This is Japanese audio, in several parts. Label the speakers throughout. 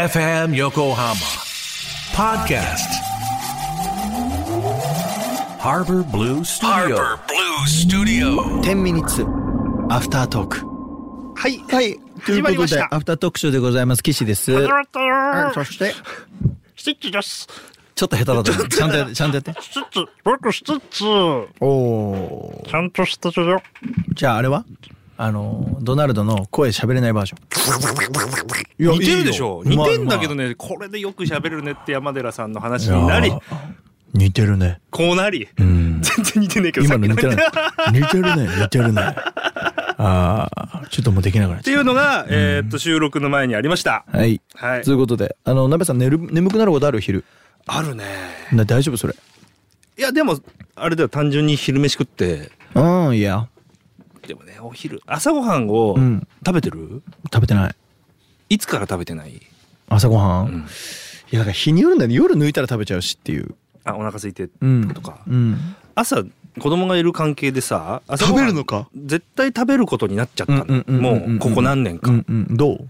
Speaker 1: FM Yokohama Podcast Harbor Blue Studio
Speaker 2: Harbor Blue Studio.
Speaker 3: 10ミニッツアフタートーク
Speaker 4: はい。
Speaker 3: はいとい
Speaker 4: 始
Speaker 3: う
Speaker 4: ま
Speaker 3: こ
Speaker 4: り
Speaker 3: と
Speaker 4: まし
Speaker 3: で
Speaker 4: た。
Speaker 3: アフタートークショーでございます岸です
Speaker 4: 始まった
Speaker 3: はい
Speaker 4: よ
Speaker 3: そして
Speaker 4: スティッチです。
Speaker 3: ちょっと下手だったねちゃんとやってちゃんとやって
Speaker 4: スティッチ、僕スティッ
Speaker 3: おお
Speaker 4: チ、ちゃんとしてるよ。
Speaker 3: じゃああれはあのドナルドの声喋れないバージョン
Speaker 2: 似てるでしょ
Speaker 3: いやいい
Speaker 2: 似
Speaker 3: よ
Speaker 2: てんだけど
Speaker 3: ま
Speaker 2: ね、これでよく喋れるねって山寺さんの話になり
Speaker 3: いや、似てるね
Speaker 2: こうなり、
Speaker 3: うん
Speaker 2: 全然似てねえけど、
Speaker 3: 今の
Speaker 2: さ
Speaker 3: 似
Speaker 2: っき
Speaker 3: て
Speaker 2: の
Speaker 3: ない
Speaker 2: っ
Speaker 3: 似てるね似てるねああちょっともうできなくなっち
Speaker 2: て
Speaker 3: ゃっ
Speaker 2: いうのが、えーっと、収録の前にありました。
Speaker 3: たはい
Speaker 2: はい
Speaker 3: ということであの鍋さん寝る眠くなることある昼
Speaker 2: あるね。
Speaker 3: な大丈夫それ
Speaker 2: いや、でも、あれだよ、単純に昼飯食って、
Speaker 3: うんいや
Speaker 2: でもね、お昼、朝ごはんを
Speaker 3: うん
Speaker 2: 食べてる、
Speaker 3: 食べてない
Speaker 2: いつから食べてない
Speaker 3: 朝ごはん、
Speaker 2: ん
Speaker 3: いやだから日によるんだよね夜抜いたら食べちゃうしっていう、
Speaker 2: あ、お腹空いて
Speaker 3: うん
Speaker 2: とか。
Speaker 3: うん、
Speaker 2: 朝、子供がいる関係でさ、朝ごはん
Speaker 3: 食べるのか
Speaker 2: 絶対食べることになっちゃったの
Speaker 3: うんうんうんうんうん
Speaker 2: もう、ここ何年か。
Speaker 3: うんうん、どう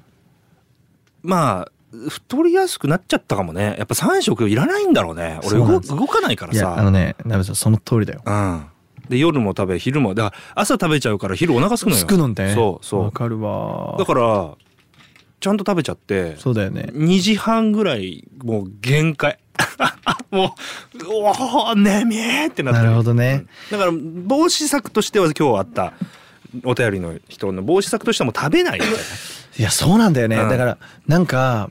Speaker 2: まあ太りやすくなっちゃったかもねやっぱ3食いらないんだろうね俺
Speaker 3: そうな
Speaker 2: 動
Speaker 3: んです
Speaker 2: 動かないから
Speaker 3: いやあの
Speaker 2: さ
Speaker 3: ね鍋さんその通りだよ
Speaker 2: うんで夜も食べ昼もだから朝食べちゃうから昼お腹すくのよ
Speaker 3: つくのんだよね
Speaker 2: そうそ
Speaker 3: わ
Speaker 2: う
Speaker 3: かるわ
Speaker 2: だからちゃんと食べちゃって
Speaker 3: そうだよね
Speaker 2: 2時半ぐらいもう限界 もう「おお眠え!」ってなった
Speaker 3: な
Speaker 2: よ
Speaker 3: るほどね、
Speaker 2: だから防止策としては今日あったお便りの人の防止策としてはもう食べないみたいない
Speaker 3: やそうなんだよね、
Speaker 2: うん
Speaker 3: だからなんか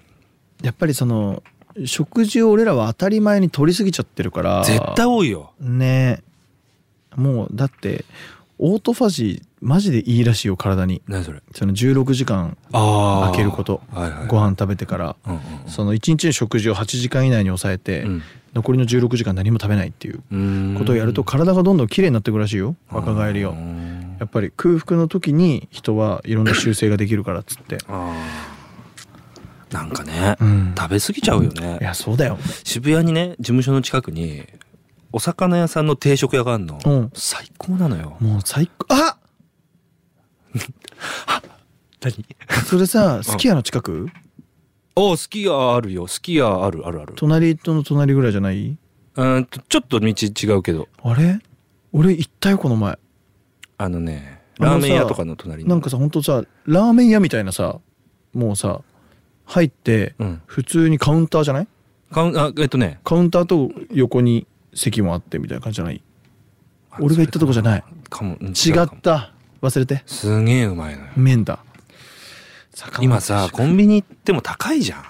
Speaker 3: やっぱりその食事を俺らは当たり前に取りすぎちゃってるから
Speaker 2: 絶対多いよ
Speaker 3: ねもうだってオートファジーマジでいいらしいよ体に
Speaker 2: 何それ
Speaker 3: その16時間
Speaker 2: あ
Speaker 3: 開けること
Speaker 2: はいはい
Speaker 3: ご飯食べてから
Speaker 2: うんうん
Speaker 3: その1日の食事を8時間以内に抑えて、
Speaker 2: うん
Speaker 3: 残りの16時間何も食べないっていう
Speaker 2: うん
Speaker 3: ことをやると体がどんどん綺麗になってくらしいよ若返り
Speaker 2: う
Speaker 3: よ
Speaker 2: ん
Speaker 3: やっぱり空腹の時に人はいろんな修正ができるからっつって
Speaker 2: あーなんかね、
Speaker 3: うん
Speaker 2: 食べ過ぎちゃうよ
Speaker 3: い
Speaker 2: ね
Speaker 3: やそうだよ
Speaker 2: 渋谷にね事務所の近くにお魚屋さんの定食屋があるの、
Speaker 3: うん
Speaker 2: 最高なのよ
Speaker 3: もう最高あ
Speaker 2: 何
Speaker 3: それさすき家の近く
Speaker 2: おスキヤあるよスキヤあるあるある
Speaker 3: 隣との隣ぐらいじゃない
Speaker 2: うんとちょっと道違うけど
Speaker 3: あれ俺行ったよこの前
Speaker 2: あのね
Speaker 3: あのさ
Speaker 2: ラーメン屋とかの隣に
Speaker 3: なんかさほんとさラーメン屋みたいなさもうさ入って
Speaker 2: うん
Speaker 3: 普通にカウンターじゃない
Speaker 2: カウンあえっとね
Speaker 3: カウンターと横に席もあってみたいな感じじゃない俺が行ったとこじゃない
Speaker 2: かもうん
Speaker 3: 違
Speaker 2: う
Speaker 3: っ
Speaker 2: かも
Speaker 3: た忘れて
Speaker 2: すげえうまいのよ
Speaker 3: 麺だ
Speaker 2: 今さコンビニ行っても高いじゃん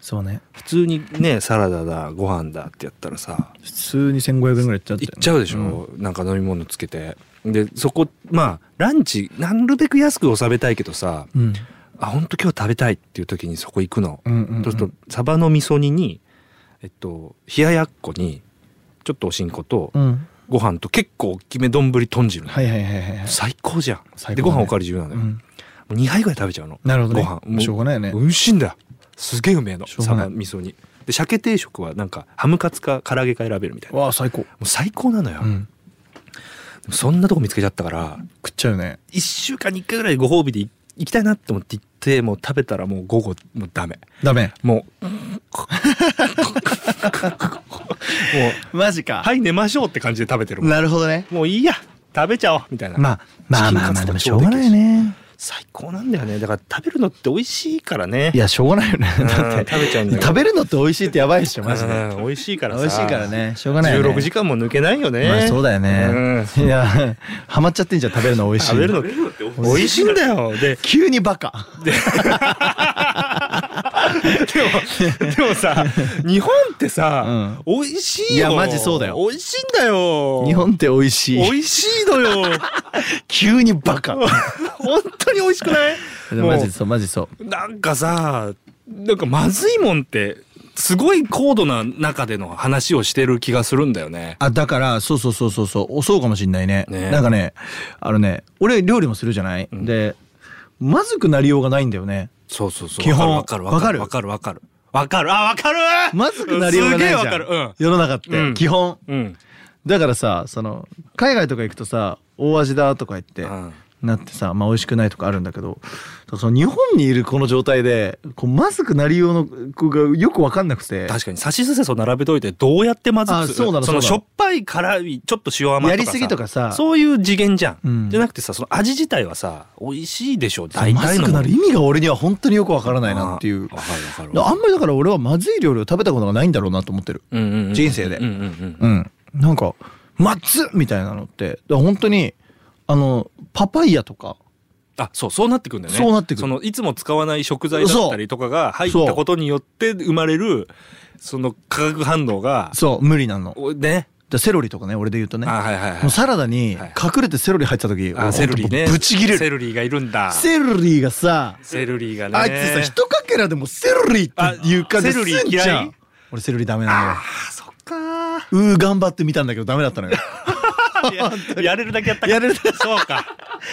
Speaker 3: そうね
Speaker 2: 普通にねサラダだご飯だってやったらさ
Speaker 3: 普通に1500円ぐらいいっちゃったよね
Speaker 2: 行っちゃうでしょ、なんか飲み物つけてでそこまあランチなるべく安く収めたいけどさ
Speaker 3: うん
Speaker 2: あ本当今日食べたいっていう時にそこ行くの、
Speaker 3: うんうんうん
Speaker 2: そうするとサバの味噌煮にえっと冷ややっこにちょっとおしんこと
Speaker 3: うん
Speaker 2: ご飯と結構大きめ丼豚汁、
Speaker 3: はいはいはいはいはい
Speaker 2: 最高じゃん、
Speaker 3: 最高だね
Speaker 2: でご飯おかわり自由なの
Speaker 3: う
Speaker 2: よ、も
Speaker 3: ん
Speaker 2: う2杯ぐらい食べちゃうの
Speaker 3: なるほどね
Speaker 2: ご飯も
Speaker 3: しょうがないよね
Speaker 2: 美味しいんだよすげえうめえの
Speaker 3: しょう
Speaker 2: サ
Speaker 3: がない
Speaker 2: バ味噌煮で鮭定食はなんかハムカツか唐揚げか選べるみたいなも
Speaker 3: わあ最高
Speaker 2: う最高なのよ、
Speaker 3: うん
Speaker 2: そんなとこ見つけちゃったから
Speaker 3: 食っちゃうね
Speaker 2: 1週間に1回ぐらいご褒美でい行きたいなって思って行ってもう食べたらもう午後もうダメ
Speaker 3: ダメ
Speaker 2: もう もう
Speaker 3: マジか
Speaker 2: はい寝ましょうって感じで食べてるもん
Speaker 3: なるほどね
Speaker 2: もういいや食べちゃおうみたいな、
Speaker 3: まあまあまあ
Speaker 2: チキンカツと
Speaker 3: まあ
Speaker 2: か
Speaker 3: でもしょうがないよね
Speaker 2: 最高なんだよねだから食べるのって美味しいからね
Speaker 3: いやしょうがないよね
Speaker 2: うん
Speaker 3: だって
Speaker 2: 食べちゃうんだよ
Speaker 3: 食べるのって美味しいってやばいでしょマジで
Speaker 2: うん美味しいからさ
Speaker 3: 美味しいからねしょうがないよね
Speaker 2: 16時間も抜けないよね、
Speaker 3: まあそうだよね
Speaker 2: う
Speaker 3: いやハマっちゃってんじゃん食べるの美味しい
Speaker 2: 食べるのって美味しいんだよで
Speaker 3: 急にバカ
Speaker 2: でもでもさ日本ってさ、美味しいよ
Speaker 3: いやマジそうだよ
Speaker 2: 美味しいんだよ
Speaker 3: 日本って美味し
Speaker 2: 美
Speaker 3: い
Speaker 2: 味しいのよ
Speaker 3: 急にバカ
Speaker 2: 本当に美味しくないもう
Speaker 3: マジそうマジそう
Speaker 2: なんかさなんかまずいもんってすごい高度な中での話をしてる気がするんだよね
Speaker 3: あだからそうそうそうそうそうそうかもしんないね
Speaker 2: ね
Speaker 3: なんかねあのね俺料理もするじゃない、でまずくなりようがないんだよね
Speaker 2: そうそうそう
Speaker 3: 基本
Speaker 2: わかるわかるわかるわかるわかるわかるあわかる
Speaker 3: まずくなりようがないじゃん
Speaker 2: すげえわかる
Speaker 3: 世の中って、
Speaker 2: うん
Speaker 3: 基本
Speaker 2: うんうん
Speaker 3: だからさその海外とか行くとさ大味だとか言って、
Speaker 2: うん
Speaker 3: なってさ、まあ、美味しくないとかあるんだけどその日本にいるこの状態でこうまずくなりようの子がよく分かんなくて
Speaker 2: 確かにさしすせそ並べといてどうやってまず
Speaker 3: あ
Speaker 2: くす
Speaker 3: そうなの
Speaker 2: そ
Speaker 3: そうな
Speaker 2: の
Speaker 3: の
Speaker 2: しょっぱい辛いちょっと塩甘いとかさ
Speaker 3: やりすぎとかさ
Speaker 2: そういう次元じゃん、
Speaker 3: うん
Speaker 2: じゃなくてさその味自体はさ美味しいでしょ
Speaker 3: そう
Speaker 2: 大
Speaker 3: ま
Speaker 2: 体
Speaker 3: ず
Speaker 2: の
Speaker 3: く
Speaker 2: もの
Speaker 3: なる意味が俺には本当によく分からないなっていう
Speaker 2: あーわかるわかるわか
Speaker 3: あんまりだから俺はまずい料理を食べたことがないんだろうなと思ってる
Speaker 2: るうんうんうん
Speaker 3: 人生で
Speaker 2: うんうんうん
Speaker 3: うんなんか「まっつ!」みたいなのってだから本当にあのパパイヤとか
Speaker 2: あそうそうなってくんだよね
Speaker 3: そうなってくる
Speaker 2: そのいつも使わない食材だったりとかが入ったことによって生まれるその化学反応が
Speaker 3: そう無理なの
Speaker 2: おね
Speaker 3: でセロリとかね俺で言うとね
Speaker 2: あはいはいはい
Speaker 3: もうサラダに
Speaker 2: はい
Speaker 3: 隠れてセロリ入ってた時
Speaker 2: あセルリーね
Speaker 3: ぶち切れ
Speaker 2: セ
Speaker 3: る
Speaker 2: ルリーがいるんだ
Speaker 3: セロリがさ
Speaker 2: セルリーがね
Speaker 3: あいつさ一かけらでもセロリっていう感じ
Speaker 2: あセロリ
Speaker 3: すんじゃ
Speaker 2: 嫌い
Speaker 3: ん俺セロリダメなのよ
Speaker 2: あそっか
Speaker 3: うー頑張ってみたんだけどダメだったのよ
Speaker 2: ーややれるだけやったか
Speaker 3: やれる
Speaker 2: そうか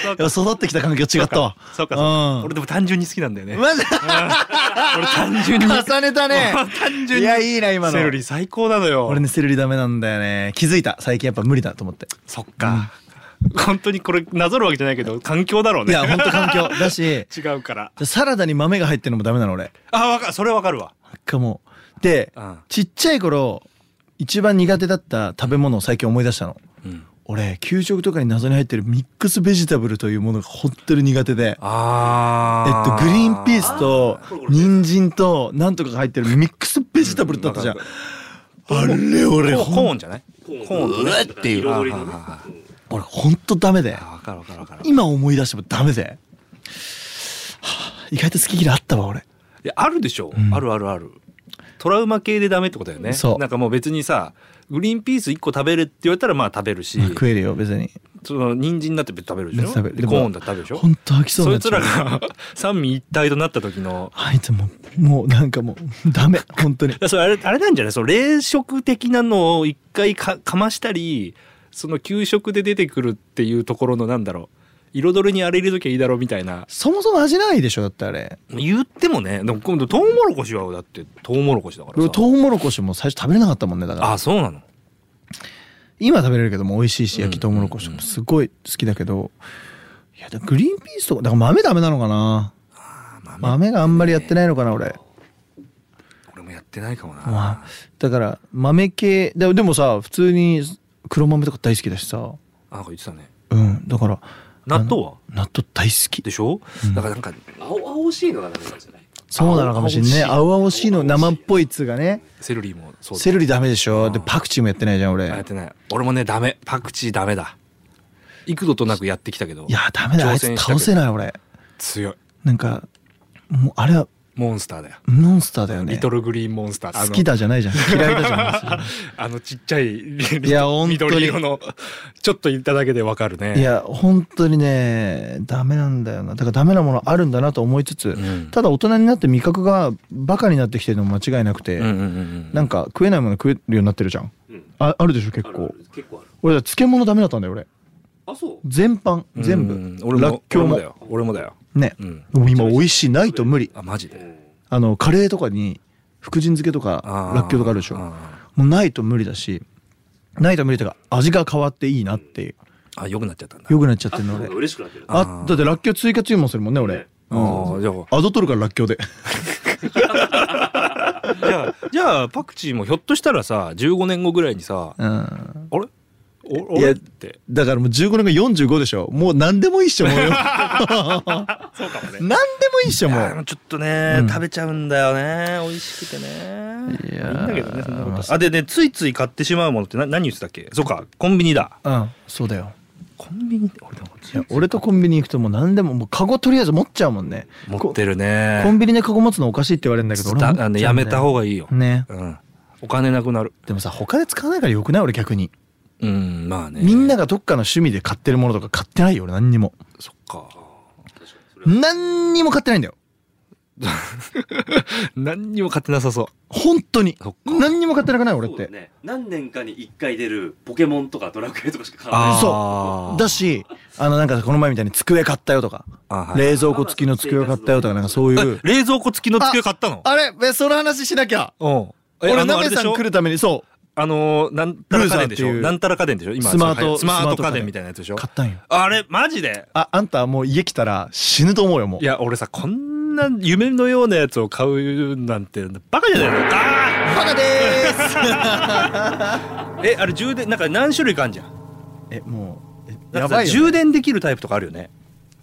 Speaker 2: そう
Speaker 3: いや
Speaker 2: か
Speaker 3: 育ってきた環境違ったわ
Speaker 2: そうかそうか
Speaker 3: うん
Speaker 2: 俺でも単純に好きなんだよね
Speaker 3: マジ
Speaker 2: 俺単純に
Speaker 3: 重ねたね
Speaker 2: 単純に
Speaker 3: いやいいな今の
Speaker 2: セルリー最高なのよ
Speaker 3: 俺ねセロリダメなんだよね気づいた最近やっぱ無理だと思って
Speaker 2: そっか本当にこれなぞるわけじゃないけど環境だろう
Speaker 3: い
Speaker 2: ね
Speaker 3: やほんと環境だし
Speaker 2: 違うから
Speaker 3: サラダに豆が入ってるのもダメなの俺
Speaker 2: あわかるそれわかるわ
Speaker 3: なんかもうで、
Speaker 2: うん
Speaker 3: ちっちゃい頃一番苦手だった食べ物を最近思い出したの
Speaker 2: うん
Speaker 3: 俺給食とかに謎に入ってるミックスベジタブルというものが本当に苦手でえっ
Speaker 2: あ
Speaker 3: とグリーンピースと人参となんとかが入ってるミックスベジタブルだったじゃん
Speaker 2: うん
Speaker 3: あれ俺
Speaker 2: コーンコ
Speaker 3: ほ
Speaker 2: ー
Speaker 3: ん
Speaker 2: ンじゃないコーンうえっていう彩りのね
Speaker 3: 俺ほんとダメで
Speaker 2: あわかるわかるわかる
Speaker 3: 今思い出してもダメで、はあ、意外と好き嫌いあったわ俺
Speaker 2: いやあるでしょ、あるあるあるトラウマ系でダメってことだよね
Speaker 3: そう
Speaker 2: なんかもう別にさグリーンピース1個食べるって言われたらまあ食べるし
Speaker 3: 食えるよ別に
Speaker 2: その人参だって食べるでしょ
Speaker 3: 食べる
Speaker 2: でコーンだって食べるでしょ
Speaker 3: ほんと飽きそうに
Speaker 2: そ
Speaker 3: ないっちゃ
Speaker 2: つ
Speaker 3: う
Speaker 2: らが三味一体となった時の
Speaker 3: あいつもうもうなんかもうダメ本当に
Speaker 2: だからそれあれあれなんじゃないその冷食的なのを一回かかましたりその給食で出てくるっていうところのなんだろう彩りにあれ入れときゃいいだろうみたいな
Speaker 3: そもそも味ないでしょだってあれ
Speaker 2: 言ってもねでも今度トウモロコシはだってトウモロコシだから
Speaker 3: 俺
Speaker 2: さ
Speaker 3: トウモロコシも最初食べれなかったもんねだから
Speaker 2: あそうなの
Speaker 3: 今食べれるけども美味しいし
Speaker 2: うん
Speaker 3: 焼きトウモロコシもすごい好きだけどいやだからグリーンピースとかだから豆ダメなのかな豆があんまりやってないのかな俺
Speaker 2: 俺もやってないかもな、
Speaker 3: まあだから豆系ででもさ普通に黒豆とか大好きだしさ
Speaker 2: あなんか言ってたね
Speaker 3: うんだから
Speaker 2: 納豆は
Speaker 3: あの納豆大好き
Speaker 2: でしょ、だからなんか
Speaker 5: 青々しいのがダメなんじゃない
Speaker 3: そうなのかもしれない青々しいの生っぽいつがね
Speaker 2: セルリーもそうだ
Speaker 3: セロリダメでしょでパクチーもやってないじゃん俺
Speaker 2: あやってない俺もねダメパクチーダメだ幾度となくやってきたけど
Speaker 3: いやダメだあいつ倒せ
Speaker 2: ない
Speaker 3: ない俺
Speaker 2: 強い
Speaker 3: なんかもうあれは
Speaker 2: モンスターだよ
Speaker 3: モンスターだよね
Speaker 2: リトルグリーンモンスターあの
Speaker 3: 好きだじ ゃないじゃん嫌いだじゃん
Speaker 2: あのちっちゃいリ
Speaker 3: いや本当に
Speaker 2: 緑色のちょっと言っただけでわかるね
Speaker 3: いや本当にねダメなんだよなだからダメなものあるんだなと思いつつ、
Speaker 2: ん
Speaker 3: ただ大人になって味覚がバカになってきてるのも間違いなくて、
Speaker 2: うんうんうん
Speaker 3: なんか食えないもの食えるようになってるじゃん、
Speaker 5: うん
Speaker 3: ああるでしょ結
Speaker 5: あるあ
Speaker 3: 構
Speaker 5: る結構ある
Speaker 3: 俺だから漬物ダメだったんだよ俺
Speaker 5: あそう
Speaker 3: 全般
Speaker 2: うん
Speaker 3: 全部、
Speaker 2: うん俺も
Speaker 3: らっきょうも
Speaker 2: 俺もだよ俺もだよ
Speaker 3: ね、
Speaker 2: うん
Speaker 3: でも今美味しいないと無理
Speaker 2: あマジ
Speaker 5: う
Speaker 2: で
Speaker 5: ん
Speaker 3: あのカレーとかに福神漬けと
Speaker 2: あ
Speaker 3: か
Speaker 2: ー
Speaker 3: らっきょうとかあるでしょも
Speaker 2: あ
Speaker 3: うないと無理だしないと無理というか味が変わっていいなっていう
Speaker 2: ーあ良くなっちゃったんだ
Speaker 3: よくなっちゃって
Speaker 5: あ
Speaker 3: るの
Speaker 5: なん
Speaker 3: 俺
Speaker 5: か嬉しくなってる
Speaker 3: あだってらっきょう追加注文するもんね俺
Speaker 5: ね
Speaker 2: あーじゃあ
Speaker 3: アド取るかららっきょうで
Speaker 2: じゃあ、じゃあパクチーもひょっとしたらさ、15年後ぐらいにさ、あ
Speaker 3: うん
Speaker 2: れお
Speaker 3: いや
Speaker 2: 俺って。
Speaker 3: だからもう15年が45でしょもう何でもいいっしょもうよ
Speaker 2: そうかもね。
Speaker 3: 何でもいいっしょもう
Speaker 2: ちょっとね、
Speaker 3: うん
Speaker 2: 食べちゃうんだよね美味しくてねい
Speaker 3: いやー
Speaker 2: いんだけどねそんなこと
Speaker 3: ま
Speaker 2: あでねついつい買ってしまうものってな何言ってたっけそうかコンビニだ
Speaker 3: うんそうだよ
Speaker 2: コンビニ俺でも
Speaker 3: いや俺とコンビニ行くともう何でももうカゴとりあえず持っちゃうもんね
Speaker 2: 持ってるね
Speaker 3: こコンビニでカゴ持つのおかしいって言われるんだけど俺
Speaker 2: だ
Speaker 3: も持っち
Speaker 2: あ
Speaker 3: ゃうん
Speaker 2: の
Speaker 3: だよ
Speaker 2: やめた方がいいよ、
Speaker 3: ね
Speaker 2: うん、お金なくなる
Speaker 3: でもさ他で使わないからよくない俺逆に
Speaker 2: うんまあね
Speaker 3: みんながどっかの趣味で買ってるものとか買ってないよ俺何にも
Speaker 2: そっか
Speaker 3: 何にも買ってないんだよ
Speaker 2: 何にも買ってなさそう
Speaker 3: 本当に
Speaker 2: そっか
Speaker 3: 何にも買ってなくない俺っ
Speaker 5: そうだ
Speaker 3: て
Speaker 5: ね何年かに一回出るポケモンとかドラクエとかしか買わ
Speaker 2: あ
Speaker 5: な
Speaker 2: ー
Speaker 5: い
Speaker 3: そうだしあのなんかこの前みたいに机買ったよとか
Speaker 2: あ、はい
Speaker 3: 冷蔵庫付きの机を買ったよとかなんかそういう
Speaker 2: え冷蔵庫付きの机買ったの
Speaker 3: あれえその話しなきゃ
Speaker 2: うんえあ
Speaker 3: 俺
Speaker 2: のあ
Speaker 3: 鍋
Speaker 2: れで
Speaker 3: さ
Speaker 2: し
Speaker 3: ん
Speaker 2: ょ
Speaker 3: 来るためにそ
Speaker 2: あのーなんたら家電でし
Speaker 3: ルー
Speaker 2: ょ
Speaker 3: ザーっていう
Speaker 2: なんたら家電でしょ今
Speaker 3: スマート
Speaker 2: スマー
Speaker 3: スマート
Speaker 2: ト
Speaker 3: 家
Speaker 2: 家
Speaker 3: 電
Speaker 2: 電みたいなやつでしょ
Speaker 3: 買ったんよ
Speaker 2: あれマジで
Speaker 3: ああんたもう家来たら死ぬと思うよもう
Speaker 2: いや俺さこんな夢のようなやつを買うなんてバカじゃないのあ
Speaker 3: バカ で
Speaker 2: ーえあれ充電なんか何種類かあんじゃん
Speaker 3: ーすえもうえ
Speaker 2: なん
Speaker 3: や
Speaker 2: かさ
Speaker 3: ばいよ、
Speaker 2: 充
Speaker 3: ね、
Speaker 2: 電できるタイプとかあるよね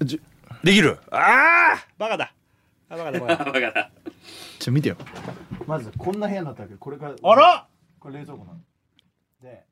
Speaker 3: じゅ
Speaker 2: できるああバカだあバカだバカだ
Speaker 5: だから
Speaker 3: ちょ見てよまずこんな部屋になったわけどこれから
Speaker 2: あら
Speaker 3: これ冷蔵庫なので